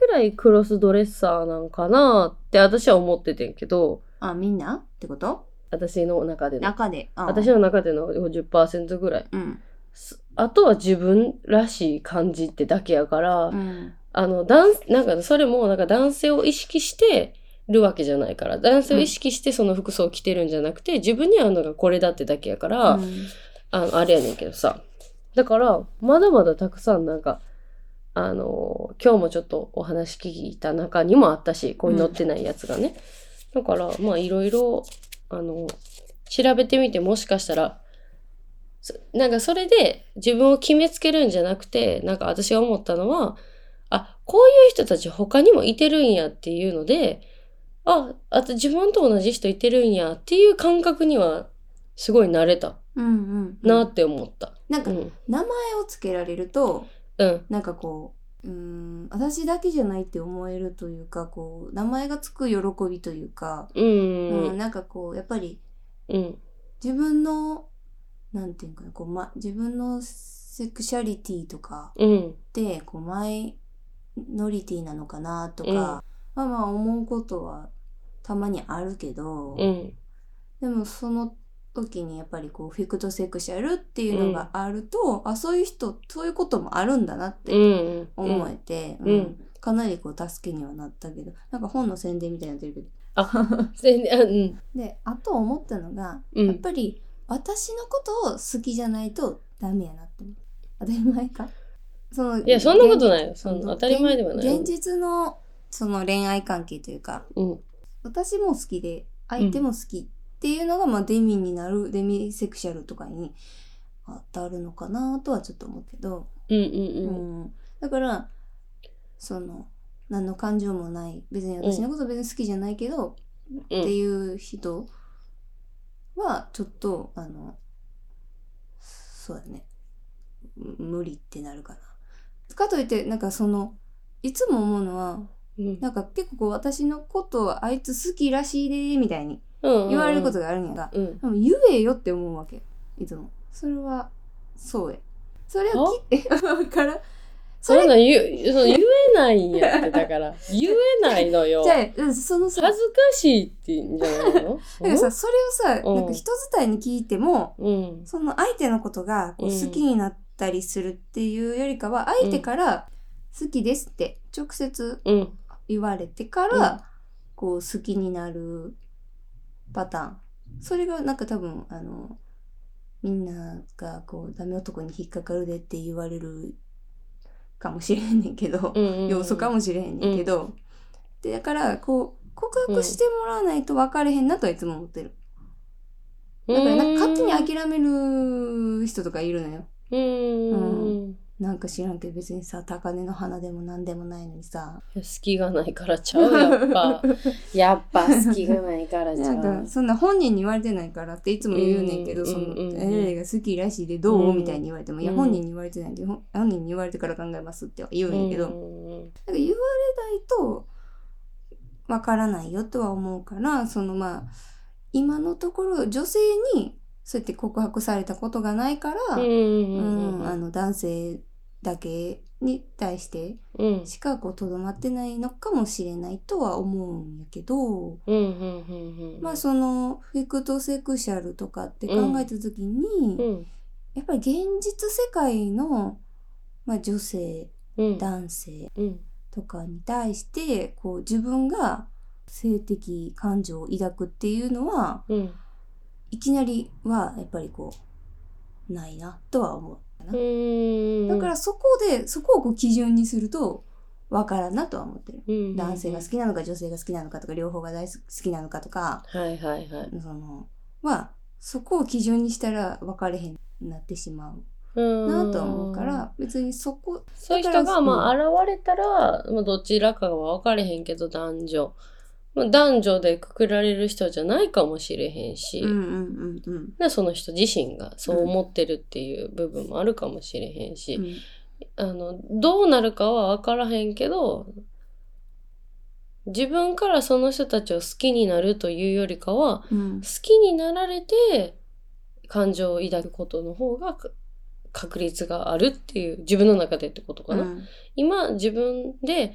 [SPEAKER 1] ぐらいクロスドレッサーなんかなって私は思っててんけど、
[SPEAKER 2] あみんなってこと
[SPEAKER 1] 私の中での。
[SPEAKER 2] 中であ
[SPEAKER 1] 私の中での50%ぐらい。
[SPEAKER 2] うん
[SPEAKER 1] すあとは自分らしい感じってだけやから、
[SPEAKER 2] うん
[SPEAKER 1] あの、男、なんかそれもなんか男性を意識してるわけじゃないから、男性を意識してその服装を着てるんじゃなくて、自分に合うのがこれだってだけやから、
[SPEAKER 2] うん
[SPEAKER 1] あの、あれやねんけどさ。だから、まだまだたくさんなんか、あのー今日もちょっとお話聞いた中にもあったし、こういう載ってないやつがね。だから、まあいろいろ、あの調べてみてもしかしたら、そなんかそれで自分を決めつけるんじゃなくて、なんか私が思ったのは、あ、こういう人たち他にもいてるんやっていうので、あ、あと自分と同じ人いてるんやっていう感覚にはすごい慣れた。
[SPEAKER 2] うんうん
[SPEAKER 1] なって思った。
[SPEAKER 2] なん
[SPEAKER 1] う
[SPEAKER 2] か
[SPEAKER 1] ん。
[SPEAKER 2] 名前をつけられると
[SPEAKER 1] うん。
[SPEAKER 2] なんかこううーん私だけじゃないって思えるというかこう名前がつく喜びというか、
[SPEAKER 1] う。
[SPEAKER 2] うんなんかこうやっぱり
[SPEAKER 1] うん。
[SPEAKER 2] 自分のなんていうかなこう、ま、自分のセクシャリティとか
[SPEAKER 1] うん。
[SPEAKER 2] ってこうマイノリティなのかなとか、まあまあ思うことはたまにあるけど、
[SPEAKER 1] うん。
[SPEAKER 2] でもその時にやっぱりこうフィクトセクシャルっていうのがあると、あそういう人そういうこともあるんだなっ
[SPEAKER 1] う
[SPEAKER 2] て
[SPEAKER 1] ん。
[SPEAKER 2] 思えて、
[SPEAKER 1] うん
[SPEAKER 2] かなりこう助けにはなったけどなんか本の宣伝みたいになってるけど
[SPEAKER 1] あ、全然、あうん。
[SPEAKER 2] であと思ったのが
[SPEAKER 1] う
[SPEAKER 2] やっ
[SPEAKER 1] ん。
[SPEAKER 2] ぱり私のことを好きじゃないとダメやなって思う当たり前かその
[SPEAKER 1] いや、そんなこと
[SPEAKER 2] い
[SPEAKER 1] ないよ。その当たり前ではない。
[SPEAKER 2] 現実のその恋愛関係というか
[SPEAKER 1] うん。
[SPEAKER 2] 私も好きで相手も好きっていうのが、まあ、デミになるデミセクシャルとかにあってあるのかなとはちょっと思うけど、
[SPEAKER 1] うんうん
[SPEAKER 2] う
[SPEAKER 1] うん。
[SPEAKER 2] ん、だからその何の感情もない別に私のこと別に好きじゃないけど、
[SPEAKER 1] うん
[SPEAKER 2] っていう人はちょっとあのそうだねむ無理ってなるかな。かといってなんかそのいつも思うのは
[SPEAKER 1] うん
[SPEAKER 2] なんか結構こう私のことはあいつ好きらしいでみたいに
[SPEAKER 1] うん
[SPEAKER 2] 言われることがあるんやが、
[SPEAKER 1] うん。
[SPEAKER 2] でも言えよって思うわけいつもそれはそうやそれはき わからん
[SPEAKER 1] そんなん言う、その言えないんやって、だから。 言えないのよ
[SPEAKER 2] じ。ゃあうんそのさ
[SPEAKER 1] 恥ずかしいって言うんじゃないの
[SPEAKER 2] なんかさそれをさ
[SPEAKER 1] うん
[SPEAKER 2] なんか人伝いに聞いても
[SPEAKER 1] うん。
[SPEAKER 2] その相手のことがこう
[SPEAKER 1] うん
[SPEAKER 2] 好きになったりするっていうよりかは相手から「好きです」って直接
[SPEAKER 1] うん。
[SPEAKER 2] 言われてから、こう好きになるパターンそれがなんか多分あのみんながこうダメ男に引っかかるでって言われるかもしれへんねんけど、
[SPEAKER 1] うん。
[SPEAKER 2] 要素か
[SPEAKER 1] も。
[SPEAKER 2] もしれへんねんけど、でだからこう告白してもらわないと分かれへんなとはいつも思ってる、だからなんか勝手に諦める人とかいるのよ
[SPEAKER 1] うん。うん。
[SPEAKER 2] なんか知らんけど別にさ高嶺の花でも何でもないのにさ
[SPEAKER 1] 好きがないからちゃうやっぱやっぱ好きがないからちゃ
[SPEAKER 2] なん
[SPEAKER 1] う
[SPEAKER 2] かそんな本人に言われてないからっていつも言うねんけど、
[SPEAKER 1] うん
[SPEAKER 2] その
[SPEAKER 1] うんうんうん
[SPEAKER 2] 誰々が好きらしいでどう、
[SPEAKER 1] うん
[SPEAKER 2] みたいに言われても、いや
[SPEAKER 1] うん
[SPEAKER 2] 本人に言われてないんで本本人に言われてから考えますっては言うねんけど、なんか
[SPEAKER 1] うん
[SPEAKER 2] 言われないとわからないよとは思うからそのまあ今のところ女性にそうやって告白されたことがないから、
[SPEAKER 1] う
[SPEAKER 2] うん
[SPEAKER 1] ん
[SPEAKER 2] あの男性だけに対して
[SPEAKER 1] うん
[SPEAKER 2] しかこうとどまってないのかもしれないとは思うんやけど。
[SPEAKER 1] うんうんうんうん
[SPEAKER 2] まあそのフィクトセクシャルとかって考えた時に、
[SPEAKER 1] うん
[SPEAKER 2] やっぱり現実世界の、まあ、女性
[SPEAKER 1] うん
[SPEAKER 2] 男性
[SPEAKER 1] うん
[SPEAKER 2] とかに対してこう自分が性的感情を抱くっていうのは
[SPEAKER 1] うん
[SPEAKER 2] いきなりはやっぱりこうないなとは思うかな、
[SPEAKER 1] うん
[SPEAKER 2] だからそこでそこをこう基準にするとわからんなとは思ってる、
[SPEAKER 1] うん
[SPEAKER 2] 男性が好きなのか女性が好きなのかとか両方が大好きなのかとか、
[SPEAKER 1] はいはいはい
[SPEAKER 2] そのはそこを基準にしたら分かれへんなってしまう
[SPEAKER 1] な
[SPEAKER 2] なとは思うから別にそこ
[SPEAKER 1] そういう
[SPEAKER 2] だ
[SPEAKER 1] 人
[SPEAKER 2] から
[SPEAKER 1] がまあ現れたらまあどちらかは分かれへんけど男女まあ男女でくくられる人じゃないかもしれへんし
[SPEAKER 2] うんうんうんうん
[SPEAKER 1] でその人自身がそう思ってるっていう部分もあるかもしれへんし、あのどうなるかは分からへんけど自分からその人たちを好きになるというよりかは
[SPEAKER 2] うん
[SPEAKER 1] 好きになられて感情を抱くことの方がか確率があるっていう自分の中でってことかな。今自分で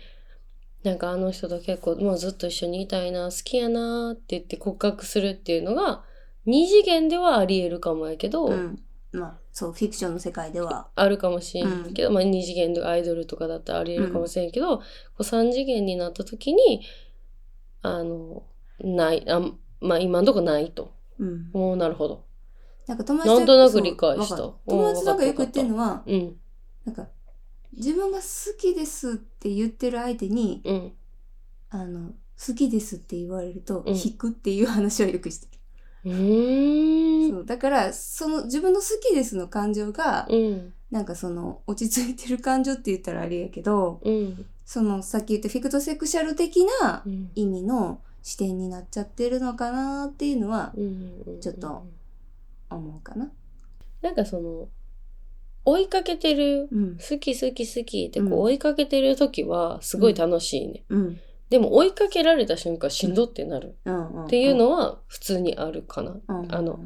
[SPEAKER 1] なんかあの人と結構もうずっと一緒にいたいな好きやなって言って告白するっていうのが二次元ではありえるかもやけど、
[SPEAKER 2] うんまあそうフィクションの世界では
[SPEAKER 1] あるかもしれんけど、まあ、二次元とかアイドルとかだったらありえるかもしれんけど、こう三次元になった時にあのないあんまあ今んとこないと
[SPEAKER 2] うん
[SPEAKER 1] もうなるほど
[SPEAKER 2] なんか友達
[SPEAKER 1] なんとなく理解し
[SPEAKER 2] そう
[SPEAKER 1] た
[SPEAKER 2] わかる友達なんかよく言ってるのは
[SPEAKER 1] うん
[SPEAKER 2] なんか自分が好きですって言ってる相手に
[SPEAKER 1] うん
[SPEAKER 2] あの好きですって言われると
[SPEAKER 1] うん
[SPEAKER 2] 引くっていう話をよくしてる
[SPEAKER 1] うーん
[SPEAKER 2] そうだからその自分の好きですの感情が
[SPEAKER 1] うん
[SPEAKER 2] なんかその落ち着いてる感情って言ったらあれやけど
[SPEAKER 1] うん
[SPEAKER 2] そのさっき言ったフィクトセクシャル的な
[SPEAKER 1] うん
[SPEAKER 2] 意味の視点になっちゃってるのかなっていうのは
[SPEAKER 1] うん
[SPEAKER 2] ちょっと思うかな。
[SPEAKER 1] なんかその追いかけてる
[SPEAKER 2] うん
[SPEAKER 1] 好き好き好きって
[SPEAKER 2] うん
[SPEAKER 1] こう追いかけてる時はすごい楽しいね、
[SPEAKER 2] うん
[SPEAKER 1] でも追いかけられた瞬間しんどってなる
[SPEAKER 2] うんん
[SPEAKER 1] っていうのは普通にあるかな、
[SPEAKER 2] うん
[SPEAKER 1] あの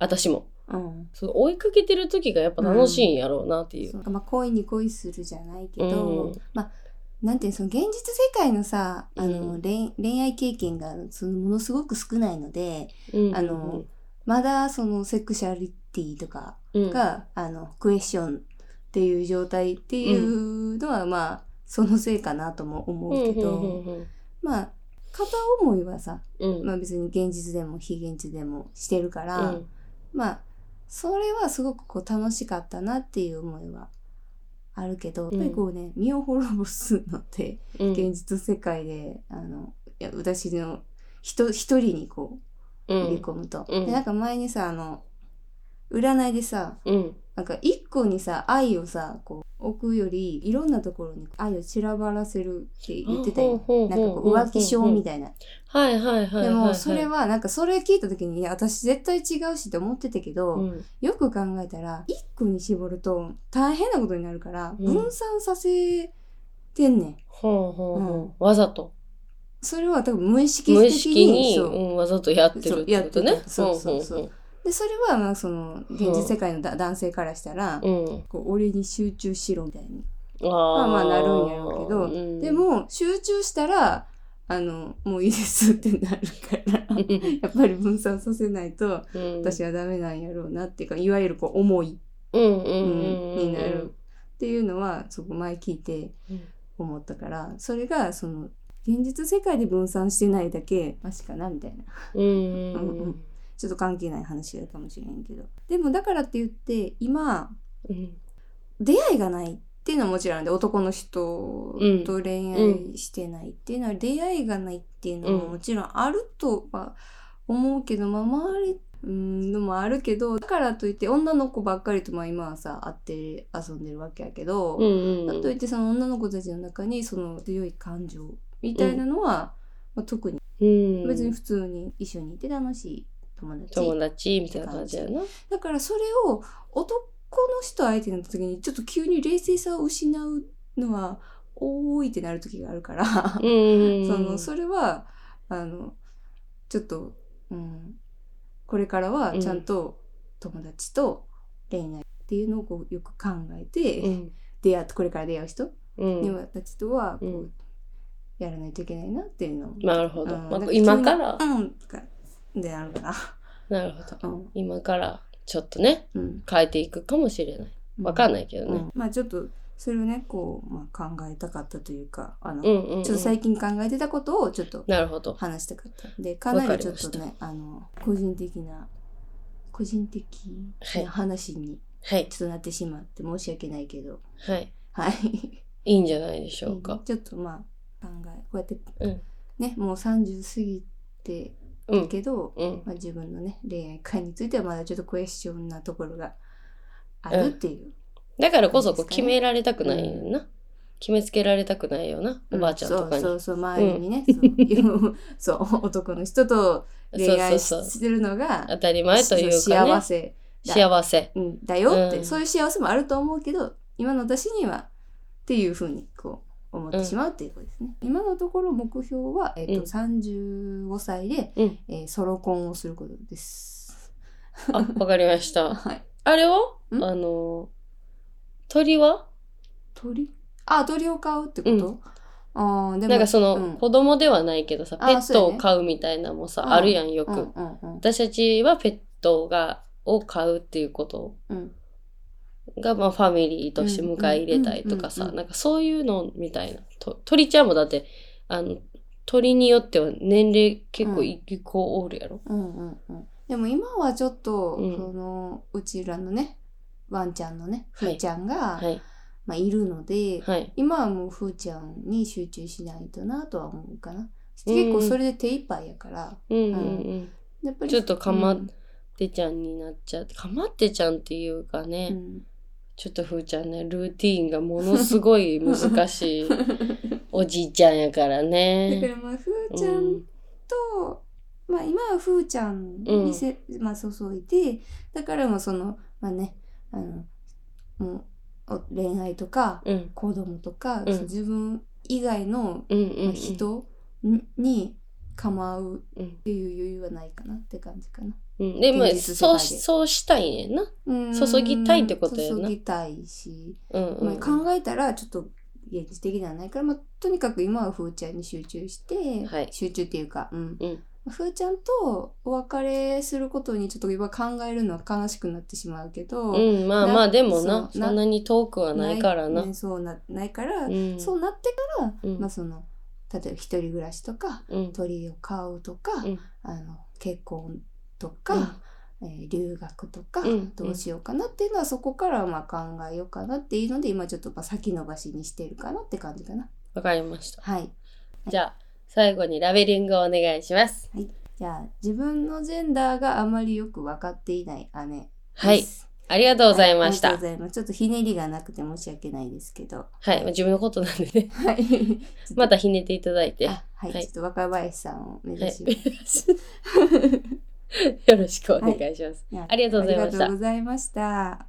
[SPEAKER 1] 私も
[SPEAKER 2] うん
[SPEAKER 1] その追いかけてる時がやっぱ楽しいんやろうなっていう、
[SPEAKER 2] そうまあ恋に恋するじゃないけ
[SPEAKER 1] う
[SPEAKER 2] ど、
[SPEAKER 1] ん
[SPEAKER 2] まあなんていうのその現実世界のさあの、
[SPEAKER 1] うん
[SPEAKER 2] 恋恋愛経験がそのものすごく少ないので
[SPEAKER 1] うん
[SPEAKER 2] あのまだそのセクシャリティとか
[SPEAKER 1] うん
[SPEAKER 2] が、あのクエスチョンっていう状態っていうのは、まあそのせいかなとも思
[SPEAKER 1] うん
[SPEAKER 2] うけど、
[SPEAKER 1] うんうん
[SPEAKER 2] まあ片思いはさ、
[SPEAKER 1] うん
[SPEAKER 2] まあ、別に現実でも非現実でもしてるから、まあそれはすごくこう楽しかったなっていう思いはあるけどやっぱりこうね身を滅ぼすのって
[SPEAKER 1] うん
[SPEAKER 2] 現実世界で、あのいや私の人一人にこう
[SPEAKER 1] うん
[SPEAKER 2] 入れ込むと、
[SPEAKER 1] うん
[SPEAKER 2] でなんか前にさあの占いでさ
[SPEAKER 1] うん。
[SPEAKER 2] なんか一個にさ愛をさこう置くよりいろんなところに愛を散らばらせるって言ってたよ
[SPEAKER 1] ほう
[SPEAKER 2] な
[SPEAKER 1] ほ
[SPEAKER 2] ん
[SPEAKER 1] う
[SPEAKER 2] か
[SPEAKER 1] ほ
[SPEAKER 2] こ
[SPEAKER 1] う
[SPEAKER 2] う
[SPEAKER 1] ほう
[SPEAKER 2] 浮気症みたいな
[SPEAKER 1] はいはいはいはい。
[SPEAKER 2] でもそれ
[SPEAKER 1] は
[SPEAKER 2] はなんかそれ聞いた時にいや私絶対違うしって思ってたけど、
[SPEAKER 1] うん、
[SPEAKER 2] よく考えたら一個に絞ると大変なことになるから
[SPEAKER 1] うん
[SPEAKER 2] 分散させてんねん、
[SPEAKER 1] ほうほうほう
[SPEAKER 2] うん
[SPEAKER 1] わざと
[SPEAKER 2] それは多分無意識的に
[SPEAKER 1] 無意識に、、
[SPEAKER 2] そううん
[SPEAKER 1] わざとやってるってことね。
[SPEAKER 2] そうやってたそうそうそうでそれはまあその現実世界のだ男性からしたら、
[SPEAKER 1] ほうほうほう。うん。
[SPEAKER 2] こう俺に集中しろみたいに
[SPEAKER 1] あ
[SPEAKER 2] ま
[SPEAKER 1] あ
[SPEAKER 2] あまあなるんやろうけど
[SPEAKER 1] ん
[SPEAKER 2] でも集中したらあのもういいですってなるからやっぱり分散させないと
[SPEAKER 1] うん、
[SPEAKER 2] 私はダメなんやろうなっていうかいわゆるこう思い
[SPEAKER 1] うんう
[SPEAKER 2] うん
[SPEAKER 1] うん
[SPEAKER 2] ん
[SPEAKER 1] うん
[SPEAKER 2] になるっていうのはそこ前聞いて
[SPEAKER 1] うん
[SPEAKER 2] 思ったからそれがその現実世界で分散してないだけマシかなみたいな
[SPEAKER 1] うんうん
[SPEAKER 2] うんうんちょっと関係ない話だかもしれへんけどでもだからって言って今
[SPEAKER 1] うん
[SPEAKER 2] 出会いがないっていうのはもちろんあるんで男の人
[SPEAKER 1] うん
[SPEAKER 2] と恋愛してないっていうのは、出会いがないっていうのももちろんあるとは思うけど、まあ周りうんのもあるけどだからといって女の子ばっかりとまあ今はさ会って遊んでるわけやけど、
[SPEAKER 1] うん
[SPEAKER 2] だといってその女の子たちの中にその強い感情みたいなのは、まあ、特に
[SPEAKER 1] うん
[SPEAKER 2] 別に普通に一緒にいて楽しい友達、
[SPEAKER 1] 友達みたいな感じやな。
[SPEAKER 2] だからそれを男の人相手になった時にちょっと急に冷静さを失うのは多いってなる時があるから、
[SPEAKER 1] うん
[SPEAKER 2] そのそれはあのちょっと、うん、これからはちゃんと友達と恋愛っていうのをこうよく考えて、
[SPEAKER 1] うん
[SPEAKER 2] 出会ってこれから出会う人
[SPEAKER 1] うん
[SPEAKER 2] にたちとはこう、
[SPEAKER 1] うん
[SPEAKER 2] やらないといけないなっていうのも
[SPEAKER 1] なるほど。
[SPEAKER 2] うん
[SPEAKER 1] まあ
[SPEAKER 2] だから
[SPEAKER 1] 今から
[SPEAKER 2] 急、にうんかであるから
[SPEAKER 1] なるほ
[SPEAKER 2] う
[SPEAKER 1] ど。
[SPEAKER 2] ん
[SPEAKER 1] 今からちょっとね、
[SPEAKER 2] うん
[SPEAKER 1] 変えていくかもしれない。わかんないけど
[SPEAKER 2] う
[SPEAKER 1] ね。
[SPEAKER 2] んまあちょっとそれをねこう、まあ、考えたかったというかあの、
[SPEAKER 1] う
[SPEAKER 2] ち
[SPEAKER 1] んうんうん。
[SPEAKER 2] ょっと最近考えてたことをちょっと
[SPEAKER 1] なるほど。
[SPEAKER 2] 話したかったんでかな
[SPEAKER 1] わか
[SPEAKER 2] り
[SPEAKER 1] り
[SPEAKER 2] ちょっ
[SPEAKER 1] まし
[SPEAKER 2] と
[SPEAKER 1] た
[SPEAKER 2] ねあの個人的な個人的
[SPEAKER 1] はい
[SPEAKER 2] な話に
[SPEAKER 1] はい。
[SPEAKER 2] ちょっとなってしまって申し訳ないけど
[SPEAKER 1] はい。
[SPEAKER 2] はい
[SPEAKER 1] いいんじゃないでしょう
[SPEAKER 2] うん
[SPEAKER 1] か。
[SPEAKER 2] ちょっとまあ考えこうやって、
[SPEAKER 1] うん
[SPEAKER 2] ねもう30過ぎて
[SPEAKER 1] う
[SPEAKER 2] る
[SPEAKER 1] ん。
[SPEAKER 2] けど、
[SPEAKER 1] うん。
[SPEAKER 2] まあ、自分のね恋愛観についてはまだちょっとクエスチョンなところがあるっていう、
[SPEAKER 1] だからこそこ
[SPEAKER 2] そううですかね
[SPEAKER 1] 決められたくないよな。決めつけられたくないよな。
[SPEAKER 2] う
[SPEAKER 1] おばあちゃんとかに。そう
[SPEAKER 2] そうそうそう周りにね、そう そう男の人と恋
[SPEAKER 1] そ
[SPEAKER 2] 愛
[SPEAKER 1] う
[SPEAKER 2] し
[SPEAKER 1] そう。
[SPEAKER 2] てるのが
[SPEAKER 1] 当たり前というかね
[SPEAKER 2] 幸。せだ
[SPEAKER 1] 幸せ。
[SPEAKER 2] うんだよって、
[SPEAKER 1] うん
[SPEAKER 2] そういう幸せもあると思うけど今の私にはっていうふうにこう思ってしまうっていうことですね、今のところ目標は、えっと
[SPEAKER 1] うん
[SPEAKER 2] 35歳で、
[SPEAKER 1] うん
[SPEAKER 2] えーソロ婚をすることです。
[SPEAKER 1] あ、わかりました。
[SPEAKER 2] はい、
[SPEAKER 1] あれはあ
[SPEAKER 2] ん
[SPEAKER 1] の、鳥は
[SPEAKER 2] 鳥あ鳥を飼うってこと、ああでも
[SPEAKER 1] なんかその、
[SPEAKER 2] うん
[SPEAKER 1] 子供ではないけどさ、ペ
[SPEAKER 2] あ
[SPEAKER 1] ッ
[SPEAKER 2] そう
[SPEAKER 1] ト
[SPEAKER 2] やね
[SPEAKER 1] を飼うみたいなのもさ、
[SPEAKER 2] うん
[SPEAKER 1] あるやん、よく。
[SPEAKER 2] うんうんうん
[SPEAKER 1] 私たちはペットが、を飼うっていうこと
[SPEAKER 2] うん
[SPEAKER 1] が、まあ、ファミリーとして迎え入れたりとか
[SPEAKER 2] うんうん
[SPEAKER 1] さ
[SPEAKER 2] う、んうん
[SPEAKER 1] なんかそういうのみたいな。と鳥ちゃんもだって、あの、鳥によっては年齢結構いく子おるやろ。
[SPEAKER 2] うんうんうんでも今はちょっと、
[SPEAKER 1] うん
[SPEAKER 2] そのうちらのねワンちゃんのねふ
[SPEAKER 1] はい
[SPEAKER 2] ーちゃんが、
[SPEAKER 1] はい。
[SPEAKER 2] まあ、いるので、
[SPEAKER 1] はい。
[SPEAKER 2] 今はもうふーちゃんに集中しないとなとは思うかな
[SPEAKER 1] うん
[SPEAKER 2] 結構それで手一杯やから
[SPEAKER 1] うんうん
[SPEAKER 2] やっ
[SPEAKER 1] う
[SPEAKER 2] ぱ
[SPEAKER 1] ん。
[SPEAKER 2] り
[SPEAKER 1] ちょっとかまっ
[SPEAKER 2] うん
[SPEAKER 1] てちゃんになっちゃって、かまってちゃんっていうかね、
[SPEAKER 2] うん
[SPEAKER 1] ちょっとふーちゃんね、ルーティーンがものすごい難し いおじいちゃんやから
[SPEAKER 2] だか
[SPEAKER 1] ね。
[SPEAKER 2] らまあふーちゃんと、まあ、今はふーちゃんにせ、まあ、注いでだからもうそのまあねあのもうお恋愛とか
[SPEAKER 1] うん。うん。
[SPEAKER 2] 子供とか、
[SPEAKER 1] うん
[SPEAKER 2] そう自分以外の
[SPEAKER 1] うんうん、
[SPEAKER 2] ま
[SPEAKER 1] う
[SPEAKER 2] あ
[SPEAKER 1] ん。。
[SPEAKER 2] 人にに構う
[SPEAKER 1] うん。
[SPEAKER 2] っていう余裕はないかなって感じかな。
[SPEAKER 1] うん、でも、
[SPEAKER 2] 現実世界
[SPEAKER 1] そう、
[SPEAKER 2] で
[SPEAKER 1] そうしたいねんな。
[SPEAKER 2] うん
[SPEAKER 1] 注ぎたいってことやな
[SPEAKER 2] 注ぎたいし、
[SPEAKER 1] うん、う
[SPEAKER 2] まあ、
[SPEAKER 1] ん。
[SPEAKER 2] 考えたらちょっと現実的ではないから、まあ、とにかく今はふーちゃんに集中して、
[SPEAKER 1] はい
[SPEAKER 2] 集中っていうか、うん
[SPEAKER 1] うん
[SPEAKER 2] ふーちゃんとお別れすることにちょっと今考えるのは悲しくなってしまうけど、
[SPEAKER 1] うん、まあまあ、
[SPEAKER 2] な
[SPEAKER 1] でもな、
[SPEAKER 2] そ
[SPEAKER 1] そう
[SPEAKER 2] なん
[SPEAKER 1] なに遠くはないからな。
[SPEAKER 2] ねそうなないから、
[SPEAKER 1] うん。
[SPEAKER 2] そうなってから、
[SPEAKER 1] うん
[SPEAKER 2] まあ、その例えば一人暮らしとか
[SPEAKER 1] うん。
[SPEAKER 2] 鳥を飼うとか、
[SPEAKER 1] うん
[SPEAKER 2] あの結婚とか。
[SPEAKER 1] うん
[SPEAKER 2] えー留学とか
[SPEAKER 1] うん
[SPEAKER 2] どうしようかなっていうのはそこからまあ考えようかなっていうので今ちょっとまあ先延ばしにしてるかなって感じかな。
[SPEAKER 1] わかりました。
[SPEAKER 2] はい、
[SPEAKER 1] じゃあ、最後にラベリングをお願いします。
[SPEAKER 2] じゃあ自分のジェンダーがあまりよく分かっていない姉
[SPEAKER 1] はい。ありがとうございました
[SPEAKER 2] ありが。とうございます。ちょっとひねりがなくて申し訳ないですけど。
[SPEAKER 1] はい。自分のことなんでね。
[SPEAKER 2] はい。
[SPEAKER 1] またひねっていただいて。
[SPEAKER 2] あはい、
[SPEAKER 1] はい
[SPEAKER 2] ちょっと若林さんを目
[SPEAKER 1] は
[SPEAKER 2] 指
[SPEAKER 1] い
[SPEAKER 2] します。、
[SPEAKER 1] よろしくお願いします。
[SPEAKER 2] いや
[SPEAKER 1] ありがとうございました
[SPEAKER 2] ありがとうございました。